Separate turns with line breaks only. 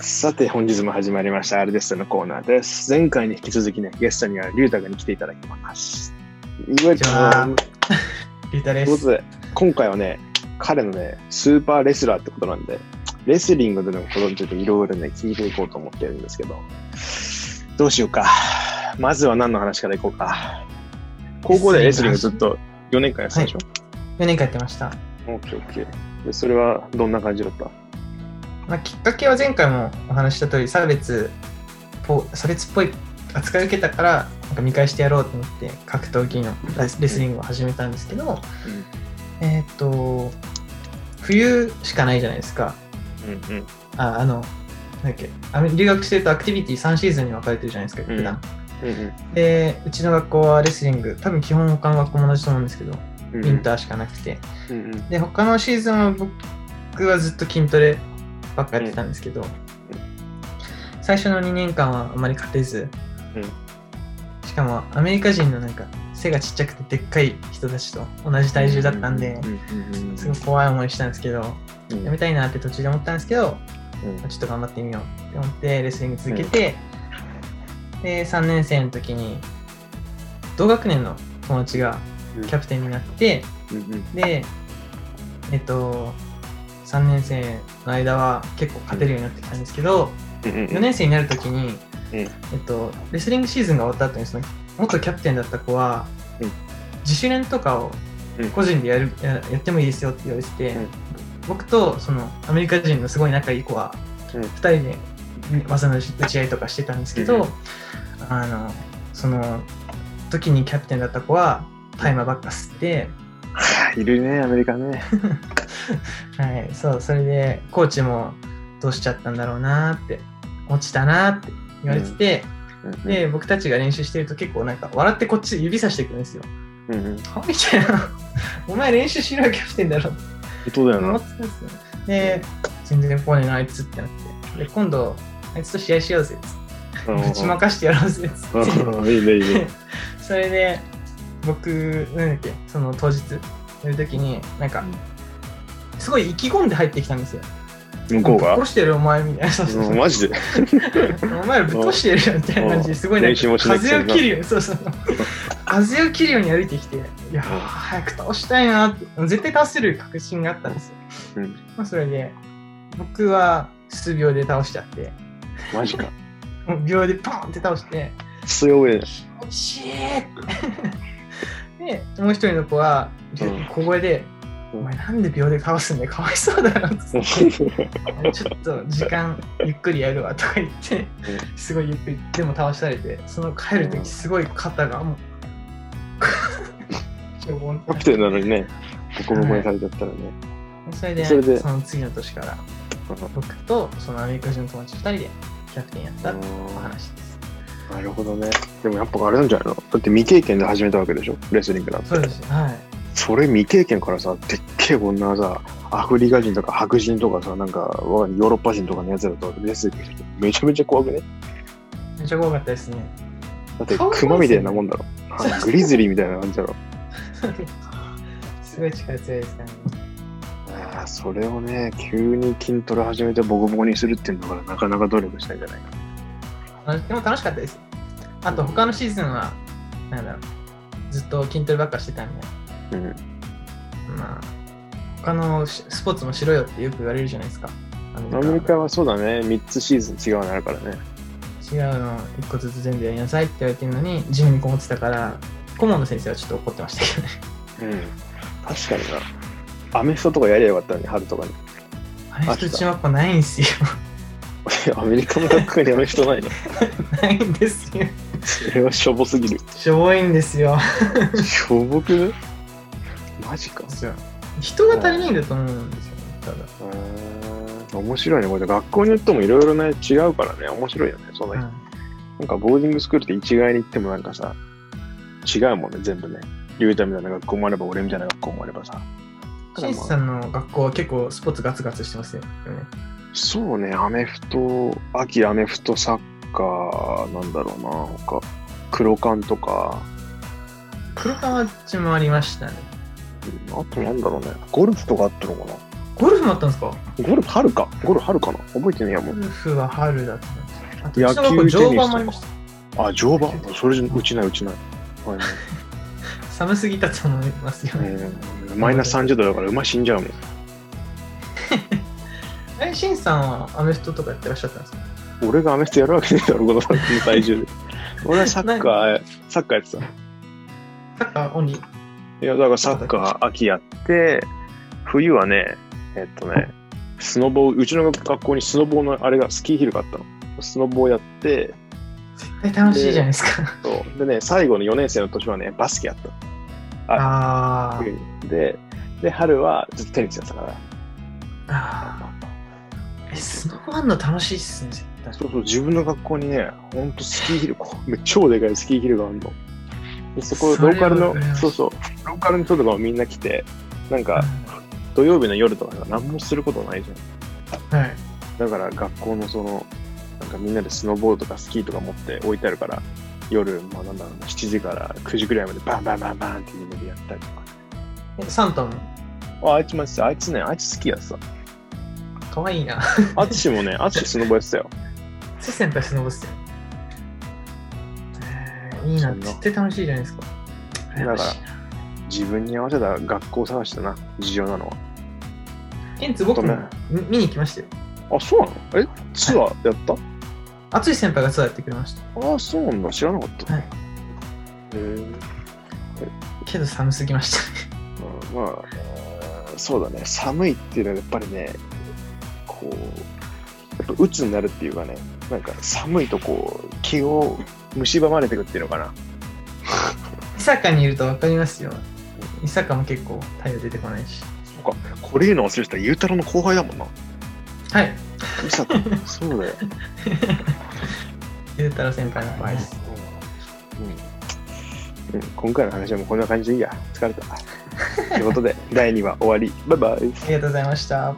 さて、本日も始まりました、あれですよのコーナーです。前回に引き続きね、ゲストにはリュウタがに来ていただきます。うわ、
じゃあリータで
ということ
す。
で、今回はね、彼のね、スーパーレスラーってことなんで、レスリングでのことについていろいろね、聞いていこうと思ってるんですけど、どうしようか。まずは何の話からいこうか。高校でレスリングずっと4年間やってたでしょ、
4年間やってました。
オッケーオッケー。で、それはどんな感じだった
まあ、きっかけは前回もお話しした通り、差別ぽ、差別っぽい扱いを受けたから、なんか見返してやろうと思って、格闘技のレスレスリングを始めたんですけど、えーっと、冬しかないじゃないですか。
うんうん
あ、あの、なんだっけ、あの留学してるとアクティビティ3シーズンに分かれてるじゃないですか、
うん
普段。
うん
で、うちの学校はレスリング、多分基本他の学校も同じと思うんですけど、
うん。
ウィンターしかなくて、
うんうん。
で他のシーズンは僕はずっと筋トレばっかやってたんですけど、最初の2年間はあまり勝てず、しかもアメリカ人のなんか背がちっちゃくてでっかい人たちと同じ体重だったんで、
うんうんうん
すごい怖い思いしたんですけど、
うん
やめたいなって途中で思ったんですけど、
うん
ちょっと頑張ってみようって思ってレスリング続けて、で3年生の時に同学年の友達がキャプテンになって、
うんうん
で、えっと、3年生の間は結構勝てるようになってきたんですけど、
うん
4年生になるときに、
うん
えっと、レスリングシーズンが終わった後にその、元キャプテンだった子は
うん、
自主練とかを
うん
個人でやる、ややってもいいですよって言われてて、
うん
僕とそのアメリカ人のすごい仲いい子は、
うん
2人で技の打ち合いとかしてたんですけど、
うん
あのその時にキャプテンだった子はタイマーばっか吸って、
いるね、アメリカね。
はい、そう、それで、コーチもどうしちゃったんだろうなーって、落ちたなーって言われてて、で、僕たちが練習してると結構なんか、笑ってこっち指さしてくるんですよ。
うんうん、
はみたいな、 お前練習しろよ、キャプテンだろって
本当だよ
思っ
な。
てたんですよ。で、全然来ねえな、あいつってなって。で、今度、あいつと試合しようぜっつって、ぶちまかしてやろうぜっつって。
うんいいね、いいね。
それで僕なんだっけその当日やるときになんかすごい意気込んで入ってきたんですよ。
向こう
ぶっ
が
殺してるよお前みたいな。そうそ
う
う
んマジで。
お前らぶっ殺してるよみたいな感じですごいなん
練習も
か
しなくて
風を切るようにそうそう風を切るように歩いてきていやー早く倒したいなって絶対倒せる確信があったんですよ。
うん
まあ、それで僕は数秒で倒しちゃって
マジか。
もう秒でポンって倒して。
強いね。
惜しいで、もう一人の子は、
うん
小声で、
う
お
ん
前なんで秒でかわすんだよ、かわいそうだよっつって、 ちょっと時間ゆっくりやるわとか言って、すごいゆっくり、でも倒されて、その帰るとき、すごい肩がもう、しょぼ ん
キャプテンなのにね、ボコボコにされちゃったらね。
それで
それで
その次の年から、僕とそのアメリカ人の友達2人でキャプテンやったってお話です。
なるほどね。でもやっぱあれなんじゃないのだって未経験で始めたわけでしょレスリングなんて
そうです、はい。
それ未経験からさ、でっけえこんなさ、アフリカ人とか白人とかさ、なんかわかんないヨーロッパ人とかのやつらとレスリングしててめちゃめちゃ怖くね
めっちゃ怖かったですね。
だってクマみたいなもんだろ。あグリズリーみたいな感じだろ。
すごい力強いですからね。
あーそれをね、急に筋トレ始めてボコボコにするっていうのからなかなか努力したんじゃないか
あでも楽しかったです。あと他のシーズンは、なんだろう、ずっと筋トレばっかしてたんで、
な。うん。
まあ、他のしスポーツもしろよってよく言われるじゃないですか。
アメリカはそうだね、3つシーズン違うのあるからね。
違うの一個ずつ全部やりなさいって言われてるのに、ジムにこもってたから、顧問の先生はちょっと怒ってました けどね。
うん。確かにな。アメフトとかやりゃよかったのに、春とかに。
あれ、人中学校ないんすよ。
アメリカの学校にアメフトないの。
ないんですよ。
それはしょぼすぎる。
しょぼいんですよ。
しょぼくねマジか。
人が足りないんだと思うんですよ、ただ。
うーん面白いね、これ。学校によってもいろいろね、違うからね、面白いよね、その、
うん
なんかボーディングスクールって一概に言ってもなんかさ、違うもんね、全部ね。リュウタみたいな学校もあれば、俺みたいな学校もあればさ。ただ
シ
まあ
ンさんの学校は結構スポーツガツガツしてますよね。
そうね、アメフト、秋アメフトサッカー、なんだろうな、他、黒缶とか、
黒川っちもありましたね。
うんあとなんだろうね、ゴルフとかあったのかな。
ゴルフもあったんですか
ゴルフ春かゴルフ春かな覚えてねえやも
ゴ
う。
ルフは春だったんですあと、う
野
ちの学校
球
乗馬
テニス
もありました。
あ、乗馬それじゃ打ちない打ちない。はい
寒すぎたと思いますよね。
うんマイナス30度だから馬死んじゃうもん。
え、しんさんはアメフトとかやってらっしゃったんですか
俺がアメフトやるわけねえだろ、この体重 で。俺はサッカー、サッカーやってた。
サッカーオンリー。
いや、だからサッカー、秋やって、冬はね、えっとね、スノボー、うちの学校にスノボーのあれが、スキーヒルがあったの。スノボーやって、
絶対楽しいじゃないですか。
そうでね、最後の4年生の年はね、バスケやったの
あー
冬に。で、で、春はずっとテニスやってたから。
あー。え、スノーワンの楽しいっすね、絶対。
そうそう、自分の学校にね、ほんとスキーヒル、こう超でかいスキーヒルがあるの。でそこ、
そ
ロ
れ
ーカルの
は羨まし、い
そうそう、ローカルの人とかもみんな来て、なんか、土曜日の夜とかなんか何もすることないじゃん。
はい。
だから学校のその、なんかみんなでスノーボードとかスキーとか持って置いてあるから、夜、まあなんだろうな、7時から9時ぐらいまでバンバンバンバンっていうのでやったりとか。
え、サンタも。
あ、あいつもあいつね、あいつ好きやつさ。
かわいいな。
あつしもね、あつしスノボやってたよ。
セ先輩スノボっすよ。えーいいな、
そんな
絶対楽しいじゃないですか。
だから自分に合わせた学校探してな、事情なのは。
ケンツ僕も見見に行きましたよ。
あ、そうなのえ、ツアーやった
熱い先輩がツアーやってくれました。
あ、そうなんだ、知らなかった。
はい
へえ。
けど寒すぎました ね。
まあまあ、えーそうだね、寒いっていうのはやっぱりね、こう、やっぱ鬱になるっていうかね、なんか寒いとこう、気を蝕まれてくっていうのかな。
伊坂にいると分かりますよ。伊坂も結構太陽出てこないし。
そっか、これ言うの忘れてた、ゆうたろうの後輩だもんな。
はい。
うさこそうだよ。
ゆうたろう先輩の場合です。
うん、うん今回の話はもうこんな感じでいいや。疲れた。ということで、第2話終わり。バイバイ。
ありがとうございました。